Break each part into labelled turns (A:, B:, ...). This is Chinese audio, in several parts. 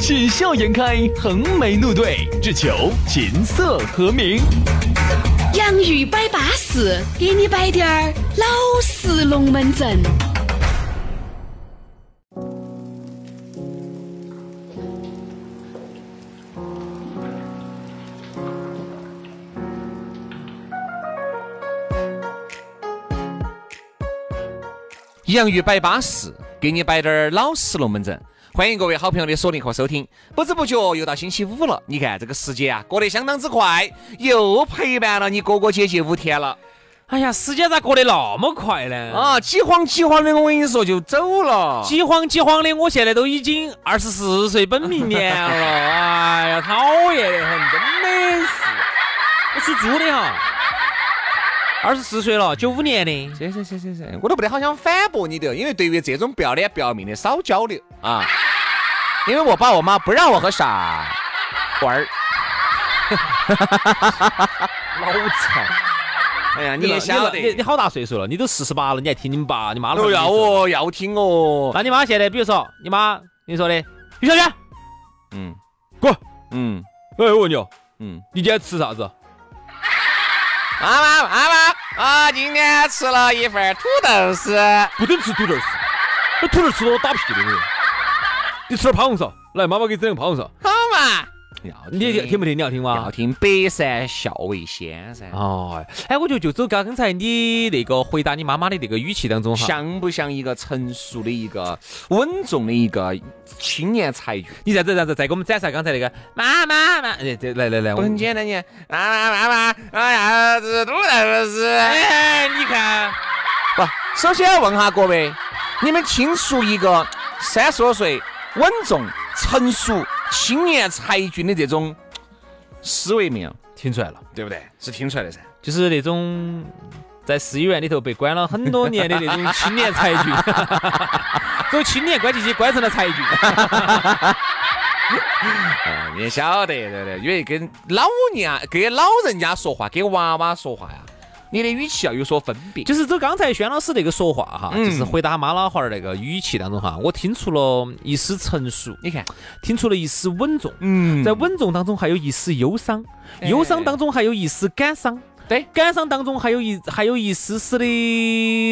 A: 喜笑颜开，横眉怒对，只求琴瑟和鸣。
B: 洋芋摆巴士，给你摆点儿老式龙门阵。
C: 洋芋摆巴适，给你摆点儿老实龙门阵。欢迎各位好朋友的锁定和收听。不知不觉又到星期五了，你看这个时间啊，过得相当之快，又陪伴了你哥哥姐姐五天了
D: 哎呀，时间咋过得那么快呢？啊，
C: 啊！几晃几晃的，我跟你说就走了。
D: 急慌急慌的，我现在都已经二十四岁本命年了，哎呀，讨厌得很，真的是，我属猪的哈，二十四岁了，九五年的，
C: 行行行行行，我都不得好想反驳你的，因为对于这种不要脸不要命的少交流啊！因为我爸我妈不让我和傻瓜儿。
D: 老操！
C: 哎呀，你
D: 你
C: 也晓
D: 你你
C: 得，
D: 好大岁数了，你都四十八了，你还听你爸你妈的话？
C: 哦
E: 哎
C: 要
D: 哦。
C: 哦要听哦。
D: 那你妈现在，比如说你妈你说的，
E: 哎
D: 于小轩，
C: 嗯，
D: 滚！
C: 嗯
D: 哎，我问你哦，
C: 嗯。
D: 你今天吃啥子？
C: 妈妈，妈妈，啊，今天吃了一份土豆丝。
D: 不准吃土豆丝，那土豆吃了我打屁的你。你吃点扒红苕，来，妈妈给你整个扒红苕。
C: 好嘛？要
D: 你听听不
C: 听？
D: 听？你要听
C: 要
D: 吗？
C: 听北山校尉先噻。
D: 哦，哎，我觉得就走刚刚才你那个回答你妈妈的那个语气当中哈，
C: 像不像一个成熟的一个稳重的一个青年才俊？
D: 你再再再再再给我们展示下刚才那个妈妈妈，哎，这来来来，
C: 我
D: 我
C: 很
D: 们
C: 简单的，妈妈妈妈，哎呀，这土豆丝。
D: 哎，你看，
C: 不，首先要问下各位，你们听出一个三十多岁稳重、成熟、青年才俊的这种思维没有？
D: 听出来了，
C: 对不对？是听出来的噻。
D: 就是那种在市医院里头被关了很多年的那种青年才 俊，走青年关进去关成了才俊，
C: 啊，你也晓得对不对？因为跟老年跟老人家说话，跟娃娃说话呀，你的语气要有所分别。
D: 就是走刚才轩老师那个说话哈，
C: 嗯
D: 就是回答妈老汉儿那个语气当中哈，我听出了一丝成熟，
C: 你看，
D: 听出了一丝稳重。
C: 嗯
D: 在稳重当中还有一丝忧伤，
C: 哎
D: 忧伤当中还有一丝感伤，
C: 对
D: 感伤当中还有一还有一丝丝的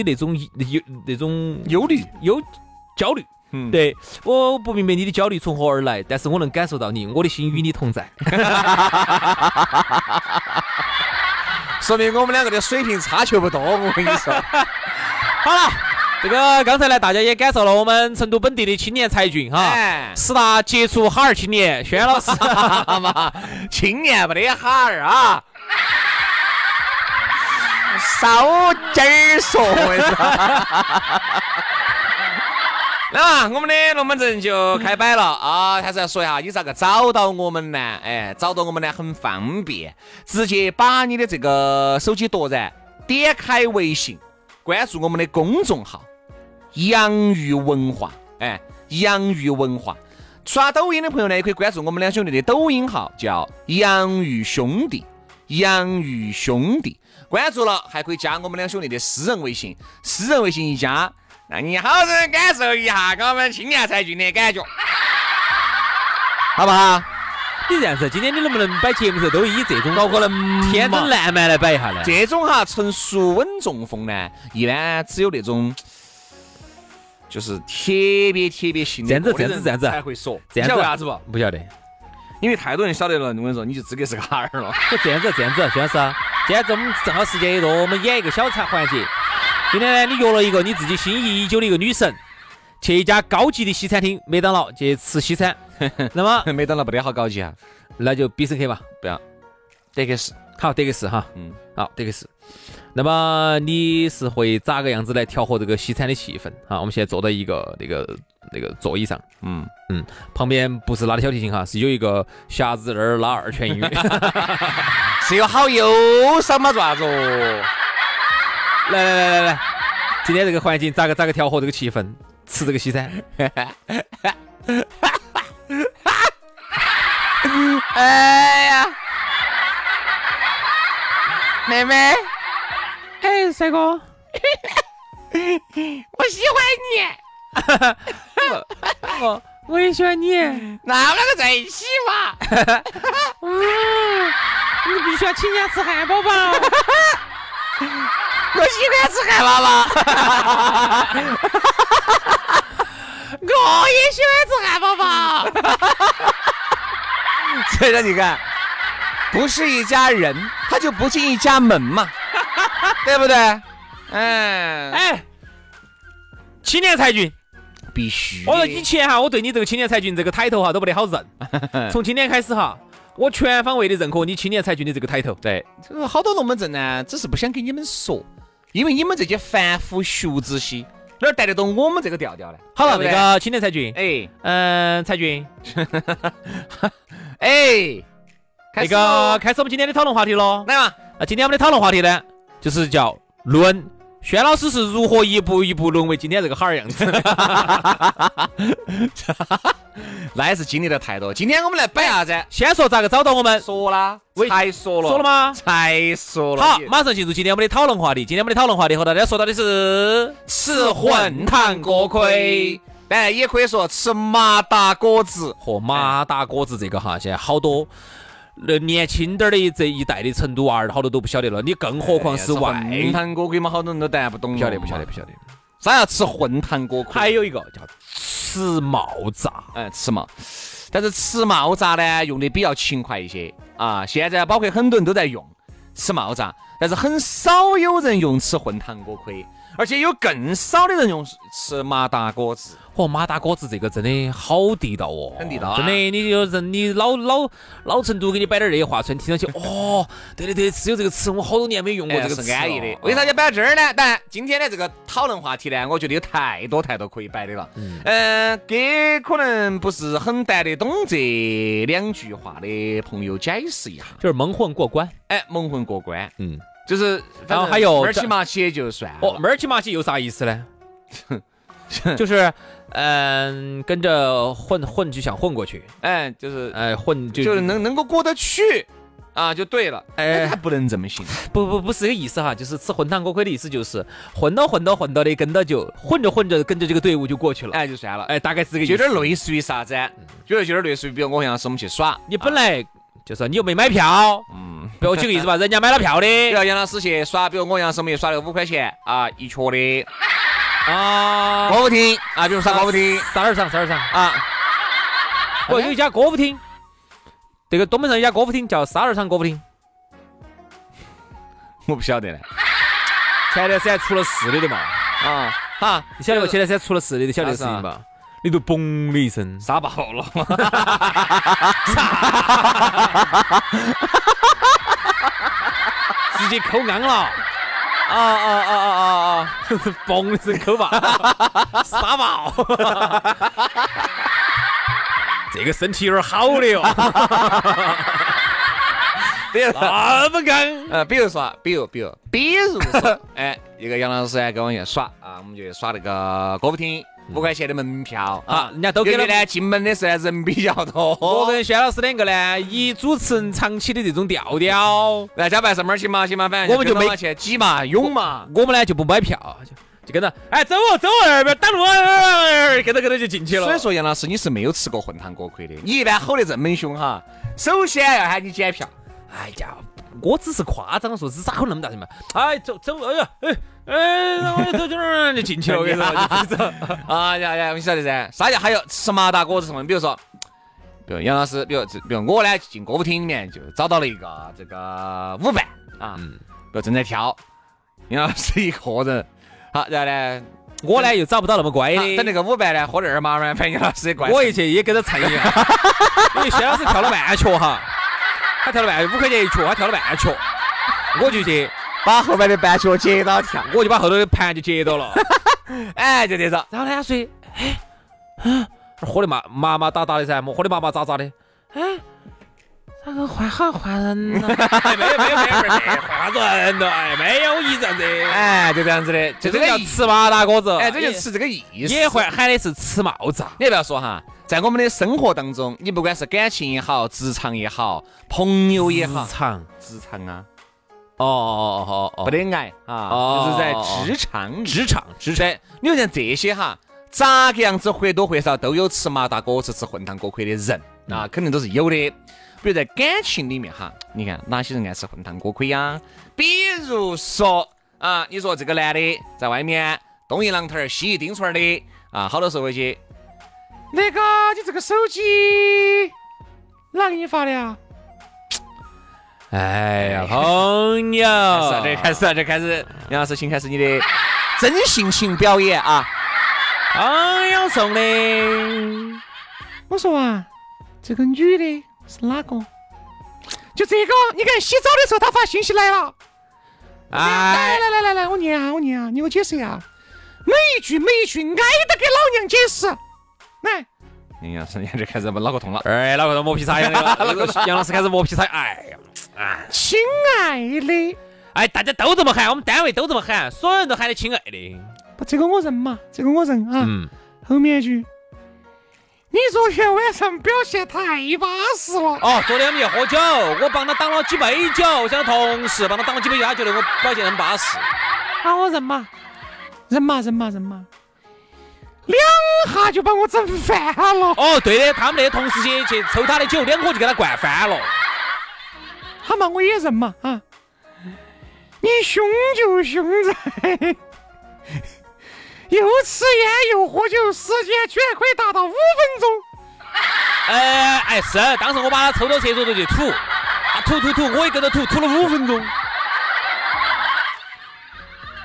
D: 那种忧那种
C: 忧虑，
D: 忧焦虑。
C: 嗯
D: 对，我不明白你的焦虑从何而来，但是我能感受到你，我的心与你同 在。
C: 说明我们两个的水平差距不多。我跟你说，
D: 好了，这个刚才呢，大家也感受了我们成都本地的青年才俊哈，
C: 哎，
D: 十大杰出哈尔青年轩 老师。
C: 好嘛，青年没得哈儿啊，烧鸡儿说，我跟你说。那么我们的龙门阵就开摆了啊！还是要说一下，你咋个找到我们呢？哎，找到我们呢很方便，直接把你的这个手机夺然点开微信，关注我们的公众号“洋芋文化”，哎，洋芋文化。刷抖音的朋友呢，也可以关注我们两兄弟的抖音号，叫“洋芋兄弟”，洋芋兄弟。关注了，还可以加我们两兄弟的私人微信，私人微信一加，让你好生感受一下我们青年才俊的感觉，好不好？
D: 你这样子，今天你能不能摆节目的时候都以这种搞可能天真烂漫来摆一下呢？
C: 这种哈成熟稳重风呢，一般只有那种。就是特别特别新的
D: 这样子
C: 歌的
D: 这样子
C: 人
D: 这样子
C: 才会说，
D: 这样子啊
C: 你晓得为啥子不？
D: 不晓得。
C: 因为太多人晓得了，我跟你说，你就资格是个哈儿了。
D: 这样子，这样子，徐老师啊，今天我们正好时间也多，我们演一个小茶环节。今天呢，你约了一个你自己心仪已久的一个女神，去一家高级的西餐厅麦当劳去吃西餐， 那么
C: 麦当劳不得好高级啊，
D: 那就必胜客吧。
C: 德克士。
D: 好，德克士哈，
C: 嗯，
D: 好，德克士。那么你是会咋个样子来调和这个西餐的气氛啊？我们现在坐到一个那个那个座椅上，
C: 嗯，
D: 旁边不是拉的小提琴哈，是有一个匣子在那儿拉二泉映月。
C: 是有好忧伤嘛，爪子哦。
D: 来来来来来，今天这个环境咋个咋个调和这个气氛？吃这个西餐，
C: 哎呀，妹妹，
D: 哎，帅哥，
C: 我喜欢
D: 我我也喜欢你，
C: 你，那我们两个在一起嘛。
D: 嗯你必须要请人家吃汉堡包。
C: 我喜欢吃汉堡包， 我也喜欢吃汉堡 包。所以说，你看，不是一家人，他就不进一家门嘛，对不对？嗯，
D: 哎，青年才俊，
C: 必须
D: 我说以前哈，我对你这个青年才俊这个抬头哈都不得好认，从今天开始哈，我全方位的认可你青年才俊的这个抬头。
C: 对，就是好多龙门阵呢，只是不想给你们说，因为你们这些凡夫俗子些，哪儿带得动我们这个调调呢？
D: 好了，
C: 对
D: 那
C: 不对，
D: 个青年才俊，
C: 哎
D: 嗯，才俊，
C: 哎，开
D: 那
C: 始喽
D: 个开始我们今天的讨论话题喽。
C: 来嘛，
D: 那啊今天我们的讨论话题呢，就是叫论。轩老师是如何一步一步沦为今天这个哈儿样子？
C: 那也是经历了太多。今天我们来摆啥子？
D: 先说咋个找到我们，
C: 说啦，
D: 喂
C: 才说了，
D: 说了？吗？
C: 才说了。
D: 好
C: 你，
D: 马上进入今天我们的讨论话题。今天我们的讨论话题和大家说到的是
C: 吃混糖锅盔，当然也可以说吃麻达果子。
D: 和马打果子这个哈，现在好多。那年轻点儿的这一代的成都娃儿，好多都不晓得了。你更何况是外
C: 混糖锅盔嘛，好多人都谈不懂。
D: 哎不晓得，不晓得，不晓得。
C: 啥要吃混糖锅盔？
D: 还有一个叫吃冒炸，
C: 嗯，吃嘛，但是吃冒炸呢，用的比较勤快一些啊。现在包括很多人都在用吃冒炸，但是很少有人用吃混糖锅盔，而且有更少的人用吃麻达果子。
D: 嚯，马打果子这个真的好地道哦，
C: 很地道啊
D: 真的，你有人你老老老成都给你摆点儿这些话，虽然听上去哦，对的对的，是有这个词，我好多年没用过
C: 哎
D: 这个
C: 是
D: 词啊了。
C: 安逸的。为啥要摆这儿呢？当然，今天的这个讨论话题呢，我觉得有太多太多可以摆的了。嗯，给可能不是很谈得懂这两句话的朋友解释一下。
D: 就是蒙混过关。
C: 哎，蒙混过关，
D: 嗯，
C: 就是
D: 然
C: 反
D: 后
C: 正
D: 还有
C: 玩起麻起就算
D: 哦，
C: 了。
D: 门儿起马起有啥意思 呢？就是嗯、跟着混混就想混过去，
C: 哎，就是
D: 哎、混就
C: 就是能能够过得去啊，就对了。
D: 哎
C: 哎，还不能这么行。
D: 不不不是这个意思哈，就是吃混汤锅盔的意思，就是混到混到混到的，跟到就混着混着跟着这个队伍就过去了。哎
C: 哎，就算了。哎，
D: 哎，大概是这个意思。
C: 有点类似于啥子？就是有点类似于，比如我像是我们去耍，
D: 你本来就是你又没买票，
C: 嗯。
D: 不我举个例子 吧，人家买了票的
C: 比哎如杨老师去耍，比如我杨什么去耍了五块钱啊一角的
D: 啊，
C: 歌舞厅啊，比如耍歌舞厅
D: 啥二上啥二上，
C: 啊，
D: 不有一家歌舞厅，这个东门上有一家歌舞厅叫沙二厂歌舞厅，
C: 我不晓得嘞
D: 前段时间出了事的的嘛，
C: 啊哈，
D: 你晓得不？前段时间出了事的，你晓得这个事情吧？里头嘣的一声，
C: 杀爆了，
D: 直接抠安 了，
C: 啊啊啊啊啊啊！
D: 嘣的一声抠爆， 沙爆。 这个身体有点好的哟，
C: 比如说，
D: 那么干。
C: 呃，比如说，比如比如啊比如说， 哎，一个杨老师哎跟我去耍啊，我们就去耍那个歌舞厅，五块钱的门票
D: 啊人家都给了
C: 由于呢，进门的时候人比较多，
D: 我跟轩老师两个呢，以主持人长期的这种调调，
C: 大家办什么去嘛去嘛，反正
D: 我们就
C: 跟着
D: 没
C: 嘛去挤嘛涌 嘛，
D: 我们呢就不买票，就就跟着，哎，走哦走哦，那边挡路哦，跟着跟着就进去了。
C: 所以说，杨老师你是没有吃过混糖锅盔的。你一般吼得这么凶哈，首先要喊你检 票。
D: 哎呀，我只是夸张说，是咋会那么大声嘛？哎，走走，哎呀，哎哎，然后我就走走走就进去了，我跟你说，就走。
C: 啊呀呀，你晓得噻，啥叫还有吃麻达果子什么？比如说，比如杨老师，比如比如我呢，进歌舞厅里面就找到了一个这个舞伴 啊，
D: 嗯
C: 比如正在跳，杨老师一个人。好，然后呢，
D: 我呢又找不到那么乖
C: 啊等那
D: 的，
C: 个舞伴呢喝得二麻烦，反正杨老师也怪。
D: 我一去也跟着蹭一样， 因为薛老师跳了半瘸哈，他跳了半五块钱一瘸，他跳了半瘸，我就去，
C: 把后面的半脚接到跳，
D: 我就把后头的盘就截到了。
C: 哎，就这种。
D: 然后呢，他说，哎，喝的麻麻麻哒哒的噻，没喝的麻麻扎扎的。哎，咋个换好换人呢？ 哎没有没有没有没有，换人了，哎，没有一阵子。
C: 哎，就这样子的，
D: 这
C: 就
D: 个
C: 这个
D: 叫
C: 意，
D: 吃麻辣锅子，
C: 哎，这就是哎吃这个意思。
D: 也换喊的是吃冒炸。
C: 你还不要说哈，在我们的生活当中，你不管是感情也好，职场也好，朋友也好
D: 职，场
C: 职场啊，
D: 哦哦哦哦
C: 不
D: 哦，
C: 得挨啊，
D: 哦
C: 就是在职场里。
D: 职场职场
C: 对，你就像这些哈，咋个样子或多或少都有吃麻大锅子、吃混汤锅盔的人
D: 嗯
C: 啊，肯定都是有的。比如在感情里面哈，你看哪些人爱吃混汤锅盔呀？比如说啊，你说这个男的在外面东一榔头儿西一钉锤儿的啊，好多时候回去，那个你这个手机哪给你发的啊？
D: 哎呀，朋友，
C: 是啊，这开始啊，这开始，杨老师，请开始你的真性情表演啊！哎
D: 朋友送的。
C: 我说啊，这个女的是哪个？就这个，你看洗澡的时候她发信息来了。
D: 哎，
C: 来来来来，我念啊，我念啊，你给我解释一下，每一句每一句挨着给老娘解释。来，你看，瞬间就开始把脑壳痛了。
D: 哎，脑壳都磨皮擦 痒的，那个杨老师开始磨皮擦痒，哎呀，哎，
C: 亲爱的，
D: 哎，大家都这么喊，我们单位都这么喊，所有人都喊的亲爱的，
C: 不，这个我认嘛，这个我认啊。
D: 嗯，
C: 后面一句，你昨天晚上表现太巴适了。
D: 哦，昨天我们去喝酒，我帮他挡了几杯酒，我像同事帮他挡了几杯酒，他觉得我表现得很巴适，
C: 啊，我人嘛，人嘛，人嘛，人嘛，两下就把我整烦了。
D: 哦，对的，他们那些同事些去抽他的酒，两口就给他灌翻了，
C: 他嘛，我也人嘛啊。你凶就凶在， 又吃烟又喝酒，时间居然可以达到五分钟。
D: 哎哎是，当时我把他抽到厕所头去吐，啊吐吐吐，我也跟着吐，吐了五分钟，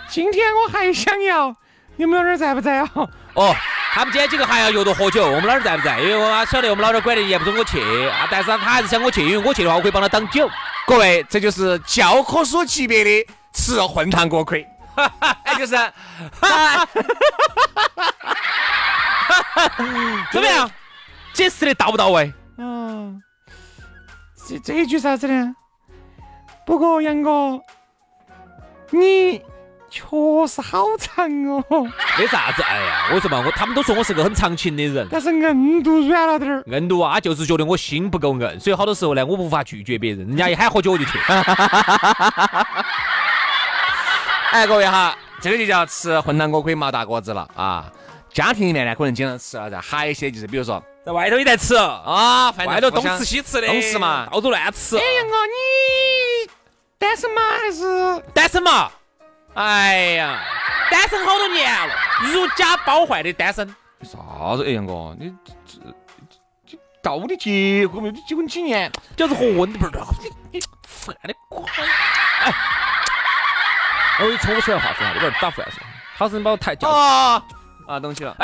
C: 今天我还想要，你们老点儿在不在啊？
D: 哦。他们今天几个还要约着喝酒，我们老儿在不在？因为我妈晓得我们老儿管得严，不准我去啊。但是他还是想我去，因为我去的话，我可以帮他挡酒。
C: 各位，这就是教科书级别的吃混汤锅盔， 哎，就是，
D: 怎么样？解释的到不到位？
F: 嗯，这这一句啥子呢？不过杨哥，你确实好长哦，
D: 没啥子，哎呀，我说嘛，我他们都说我是个很长情的人。
F: 但是硬度软了点儿。
D: 硬度啊，他就是觉得我心不够硬，所以好多时候呢，我无法拒绝别人，人家一喊喝酒我就去。
C: 哎，各位哈，这个就叫吃混汤锅盔、麻大锅子了啊。家庭里面呢，可能经常吃了噻，还有一些就是比如说
D: 在外头也在吃啊，
C: 啊，反正
D: 外头东
C: 互相
D: 吃西吃的，
C: 东吃嘛
D: 到处乱吃。
F: 哎，杨哥，你单身吗？还是
D: 单身嘛，哎呀，单身好多年了，如假包换的单身。
C: 啥子？哎，杨哥，你这这这到底结婚没？你结婚几年？
D: 就是和温不是烦的瓜。哎，我又抽不出来话说，有点打不来说。好生把我抬轿子，
C: 啊啊，懂起了。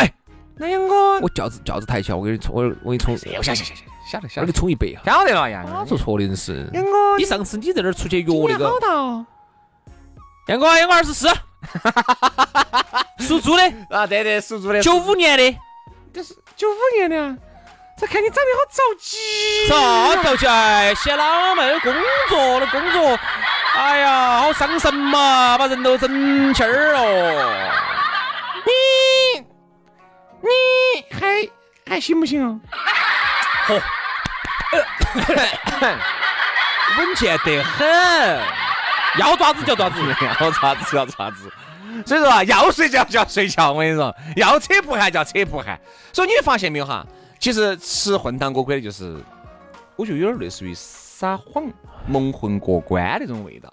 F: 那杨哥？
D: 我轿子轿子抬起来，我给你冲，我我给你冲，
C: 哎我
D: 我
C: 晓晓晓晓晓得晓
D: 给你
C: 得
D: 冲一百哈。
C: 晓得了呀。
D: 哪做错的人是？
F: 杨哥，
D: 你上次你在那儿出去约
F: 今
D: 那
F: 年好
D: 个
F: 大哦！
D: 杨哥，杨哥二十四，属猪 的，
C: 啊，对对，属猪的。
D: 九五年的，
F: 这是九五年的啊，这看你长得好着急
D: 啥
F: 啊。
D: 掉起来？嫌老妹儿工作的工作，哎呀，好伤神嘛，把人都整气儿哦。
F: 你你还还行不行啊？
D: 稳健得很，要爪子就爪子。
C: 要 啥子要啥子。所以说啊，要睡觉就要睡觉，我跟你说，要扯不寒就要扯不寒。所以你发现没有哈？其实吃混汤锅盔的就是，我觉得有点类似于撒谎、蒙混过关那种味道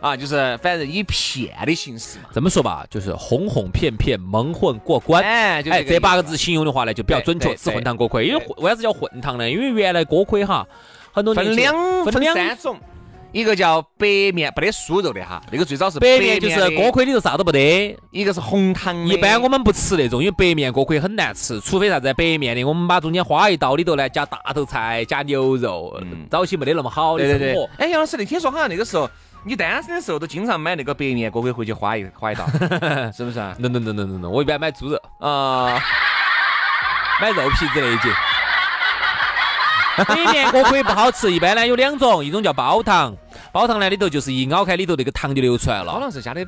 C: 啊，就是反正以骗的形式嘛。
D: 这么说吧，就是哄哄骗骗，蒙混过关。
C: 哎，就
D: 哎，这八个
C: 字。
D: 字形容的话呢，就比较准确，
C: 对对
D: 吃混汤锅盔。因为混为啥子叫混汤呢？因为原来锅盔哈，很多年
C: 分
D: 前
C: 两
D: 分
C: 分
D: 两
C: 三种，一个叫白面，不得酥肉的哈，那个最早是
D: 白面就是
C: 的
D: 锅，盔里头啥都不得，
C: 一个是红汤的。
D: 一般我们不吃那种，因为白面锅盔很难吃，除非啥子白面的，我们把中间花一刀里头呢加大头菜、加牛肉，
C: 嗯
D: 早期没得那么好的
C: 对
D: 生活。
C: 对对。哎，杨老师，你听说好像那个时候你单身的时候都经常买那个白面锅盔回去花 一花一道，是不是啊？
D: no no no no no no，我一般买猪肉，
C: 啊，
D: 买肉皮之类的。里面锅盔不好吃，一般呢有两种，一种叫煲糖，煲糖呢里头就是一咬开里头那个糖就流出来
C: 好
D: 了，
C: 像是加的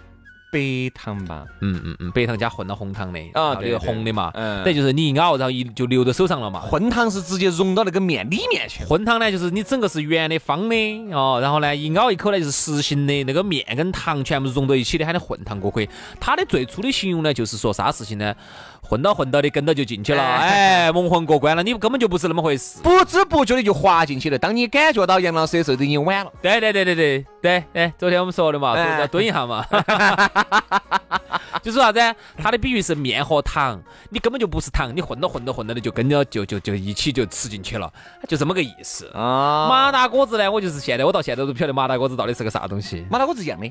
C: 白糖吧？
D: 嗯嗯嗯，白糖加混了红糖的，
C: 啊
D: 然后
C: 对
D: 那个
C: 对
D: 红的嘛，
C: 嗯
D: 等于就是你一咬，然后一就流到手上了嘛。
C: 混糖是直接融到那个面里面去。
D: 混汤呢，就是你整个是圆的、方的哦，然后呢，一咬一口呢就是实心的，那个面跟糖全部融到一起的，喊它混汤锅盔。它的最初的形容呢，就是说啥事情呢，混到混到的跟到就进去了，
C: 哎
D: 哎，蒙混过关了，你根本就不是那么回事。
C: 不知不觉的就滑进去了。当你感觉到杨老师的时候，都已经晚了。
D: 对对对对对对，哎，昨天我们说的嘛，
C: 哎
D: 说要蹲一下嘛， 就说啥子？它的比喻是面和糖，你根本就不是糖，你混到混到混到的就跟着就就就一起就吃进去了，就这么个意思。
C: 啊
D: 麻辣锅子呢，我就是现在我到现在都不晓得麻辣锅子到底是个啥东西。
C: 麻辣锅子一样的，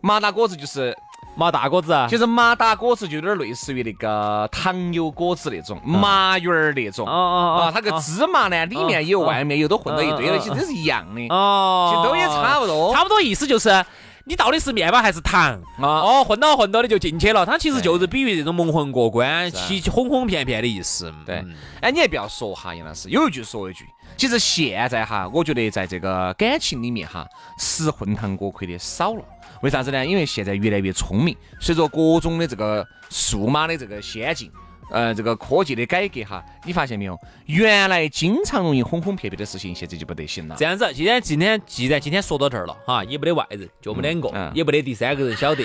C: 麻辣锅子就是，
D: 麻大锅子啊，
C: 其实麻辣锅子就有点类似于那个糖油锅子那种，麻圆儿那种。
D: 嗯哦哦
C: 啊
D: 哦，，
C: 它个芝麻呢，里面也有，
D: 啊
C: 外面有，都混到一堆了，
D: 啊
C: 其实都是一样的，其
D: 哦
C: 实，都也差不多。
D: 差不多意思就是。你到底是面包还是糖？
C: 啊
D: 哦，混到混到的就进去了，它其实就是比喻这种蒙混过关、起哄哄骗骗的意思。
C: 对
D: 嗯，
C: 哎，你还不要说哈，杨老师，有一句说一句。其实现在哈，我觉得在这个感情里面哈，吃混糖锅盔的少了。为啥子呢？因为现在越来越聪明，随着各种的这个数码的这个先进，呃，这个科技的改革哈，你发现没有？原来经常容易哄哄骗骗的事情，现在就不得行了
D: 这。样子，既然今天既然今天说到这儿了哈，也没得外人，就我们两
C: 嗯
D: 个
C: 嗯，
D: 也没得第三个人晓得。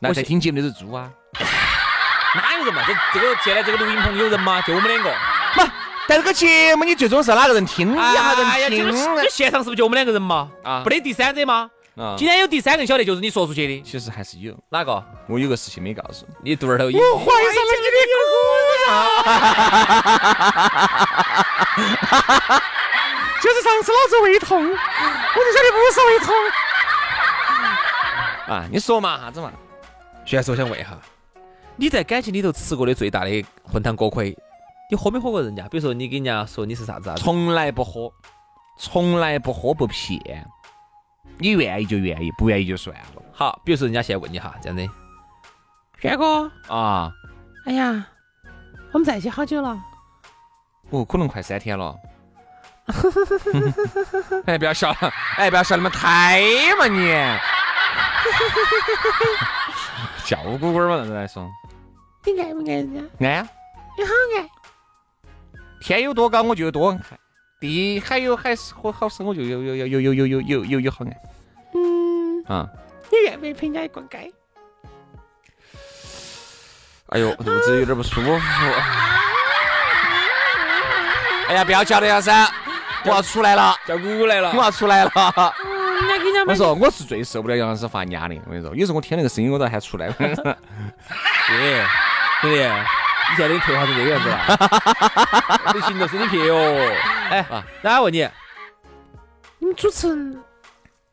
C: 那
D: 我
C: 在
D: 是
C: 听节目的是猪啊，
D: 哪有人嘛？这这个现在这个录音棚有人吗？就我们两个。
C: 不，但这个节目你最终是哪个人听呀？哪个
D: 哎呀，
C: 人
D: 这
C: 听
D: 个这现场是不是就我们两个人嘛？
C: 啊
D: 没得第三者吗？
C: 啊
D: 今天有第三个人晓得，就是你说出去的
C: 其实还是有，
D: 哪个？
C: 我有个事情没告诉你。
D: 你肚儿头一
C: 我怀上了你的姑娘。啊
F: 啊 就是上次老子胃痛，我就晓得不是胃痛。
C: 啊，你说嘛，啥子嘛？
D: 徐老师，我想问一下，你在感情里头吃过的最大的混汤锅盔，你喝没喝过人家？比如说你给人家说你是啥子啊？
C: 从来不喝，从来不喝不骗。你愿意就愿意，不愿意就算了
D: 好，比如说人家现在问你哈，这样子，
F: 轩哥，
C: 啊。
F: 哎呀，我们在一起好久了？
C: 哦，可能快三天了。 哎，不要笑了，哎，不要笑那么太嘛你。 叫咕咕嘛，啥子来说？
F: 你爱不爱人家？
C: 爱呀，
F: 你好爱。
C: 天有多高我就有多爱，地还有还是好好深我就有有有有有有有有有有好爱
F: 嗯，
C: 啊。
F: 你愿不愿意陪人家去逛街？
C: 哎呦，肚子有点不舒服。 哎呀，不要叫了呀噻，我要出来了，
D: 叫姑姑来了
C: 我要出来了。
F: 嗯，人家给人家
C: 我说我是最受不了杨老师发嗲的，我跟你说，有时候我听那个声音我都喊出 来。
D: 对，对不对？你现在你退化成这个样子了， 你行头是你屁哦。哎，大家问你，
F: 你们主持人，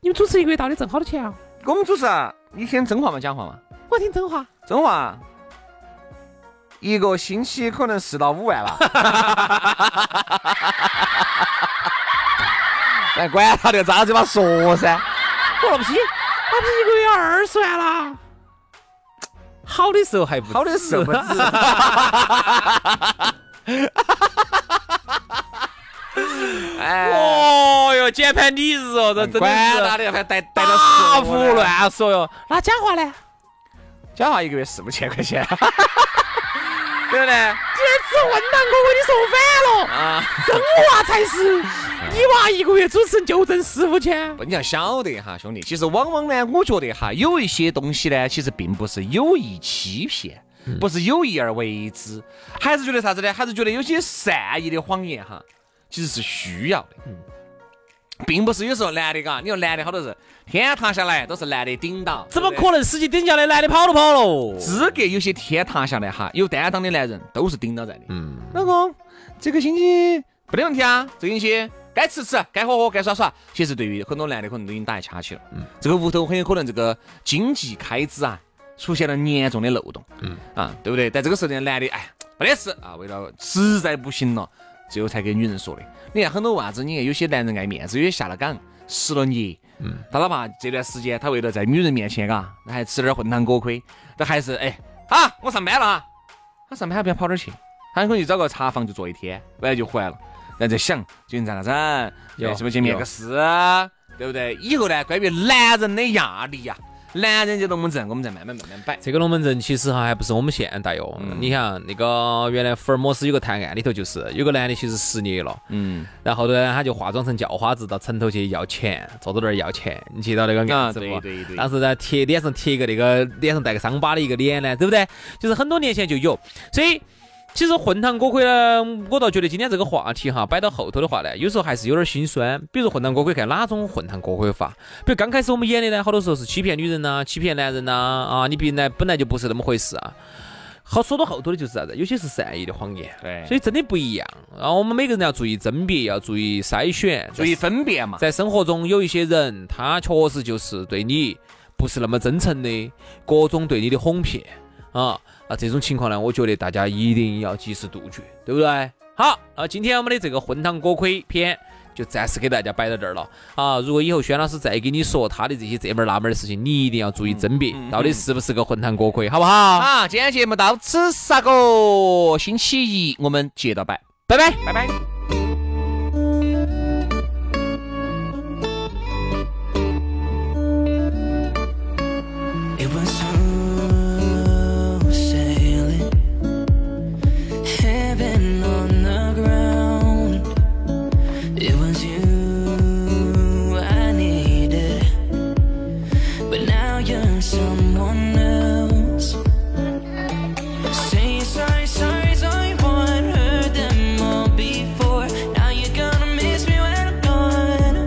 F: 你们主持一个月到底挣好多钱啊？
C: 我们主持人，你听真话吗？假话吗？
F: 我听真话，
C: 真话。一个星期可能四到五万吧。 哎，管他的，咋子把说噻。
F: 我那不是，那不是一个月二十万啦？
D: 好的时候还不啊
C: 好的时候不止。 哎，
D: 哦哟，键盘你日哦，这真的
C: 管他
D: 是
C: 的，还逮逮到
D: 大
C: 十
D: 胡
C: 五呢。
D: 乱说哟。
F: 那假话呢？你只
C: 讲话一个月四五千块 钱，对不对？
F: 混蛋哥哥，你说反了，
C: 啊，
F: 真话才是。你娃一个月主持人就挣四五千，
C: 不，你要晓得哈，兄弟，其实往往呢，我觉得哈，有一些东西呢，其实并不是有意欺骗。
F: 嗯
C: 不是有意而为之，还是觉得啥子呢？还是觉得有些善意的谎言哈，其实是需要的，
F: 嗯
C: 并不是有时候男的嘎，你说男的好多是天塌下来都是男的顶到，
D: 怎么
C: 对不对
D: 可能司机顶下来，男的跑都跑了？
C: 资格有些天塌下来哈，有担当的男人都是顶到在的。
D: 嗯，
C: 老公，这个星期没得问题啊，这个星期该吃吃，该喝喝，该耍耍。其实对于很多男的可能都已经打一掐起了，嗯，这个屋头很有可能这个经济开支啊出现了严重的漏洞，嗯啊，对不对？但这个时候呢，男的哎没得事啊，为了实在不行了，最后才给女人说的。你看很多娃子，你看有些男人爱面子，有些下了岗，失了业。嗯，他哪怕这段时间，他为了在女人面前，嘎，那还吃点儿混汤锅盔，那还是哎，啊，我上班了啊，他上班还不要跑哪儿去？他可能就找个茶房就坐一天，完了就回来了，然后在想究竟咋个整，
D: 有
C: 是不是去面个试，啊对不对？以后呢，关于男人的压力啊呀、男人这龙门阵，我们再慢慢慢慢摆。
D: 这个龙门阵其实哈还不是我们现代哟。你想那个原来福尔摩斯有个探案里头就是有个男的其实失业了，
C: 嗯，
D: 然后呢他就化妆成叫花子到城头去要钱，坐到那儿要钱。你记到那个
C: 啊
D: 案子
C: 对
D: 不？
C: 对对
D: 当时呢贴脸上贴一个那个脸上带个伤疤的一个脸呢，对不对？就是很多年前就有，所以。其实混糖锅盔呢，我倒觉得今天这个话题哈，摆到后头的话呢，有时候还是有点心酸。比如说混糖锅盔，看哪种混糖锅盔法？比如刚开始我们演的呢，好多时候是欺骗女人呐、欺骗男人呐啊你本来本来就不是那么回事啊。好，说到后头的就是啥子？有些是善意的谎言，
C: 对
D: 所以真的不一样。然后我们每个人要注意甄别，要注意筛选，
C: 注意分辨嘛。
D: 在生活中有一些人，他确实就是对你不是那么真诚的，各种对你的哄骗啊。那这种情况呢，我觉得大家一定要及时杜绝，对不对？好，那今天我们的这个混糖锅盔篇就暂时给大家摆到这儿了啊。如果以后轩老师再给你说他的这些这门儿那门儿的事情，你一定要注意甄别，到底是不是个混糖锅盔，好不好？
C: 好，今天节目到此，杀个星期一我们接着摆，
D: 拜拜。
C: 拜拜。
G: It was smooth sailing, heaven on the ground. It was you I needed, but now you're someone else. Say sorry, sorry, sorry for I heard them all before. Now you're gonna miss me when I'm gone.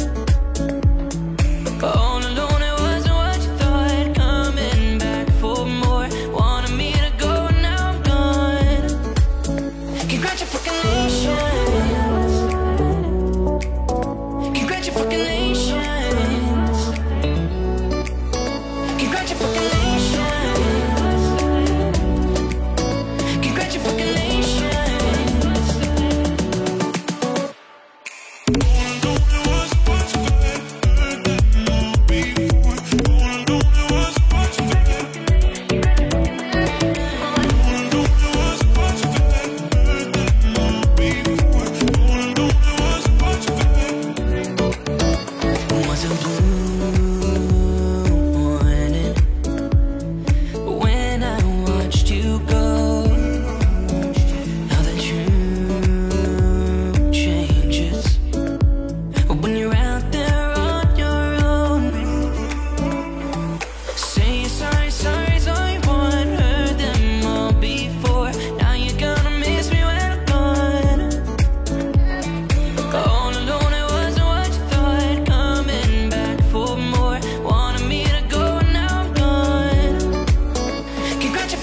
G: All alone, it wasn't what you thought. Coming back for more. Wanted me to go, now I'm gone. Congratulations. Congratulations. Congratulations. Congratulations. was a blue morning when I watched you go. Now the truth changes when you're out there on your own. Say sorry, sorry, sorry for I heard them all before. Now you're gonna miss me when I'm gone. All alone, it wasn't what you thought. Coming back for more. Wanted me to go, now I'm gone. Congratulations.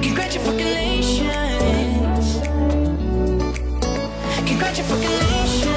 G: Congratulations. Congratulations.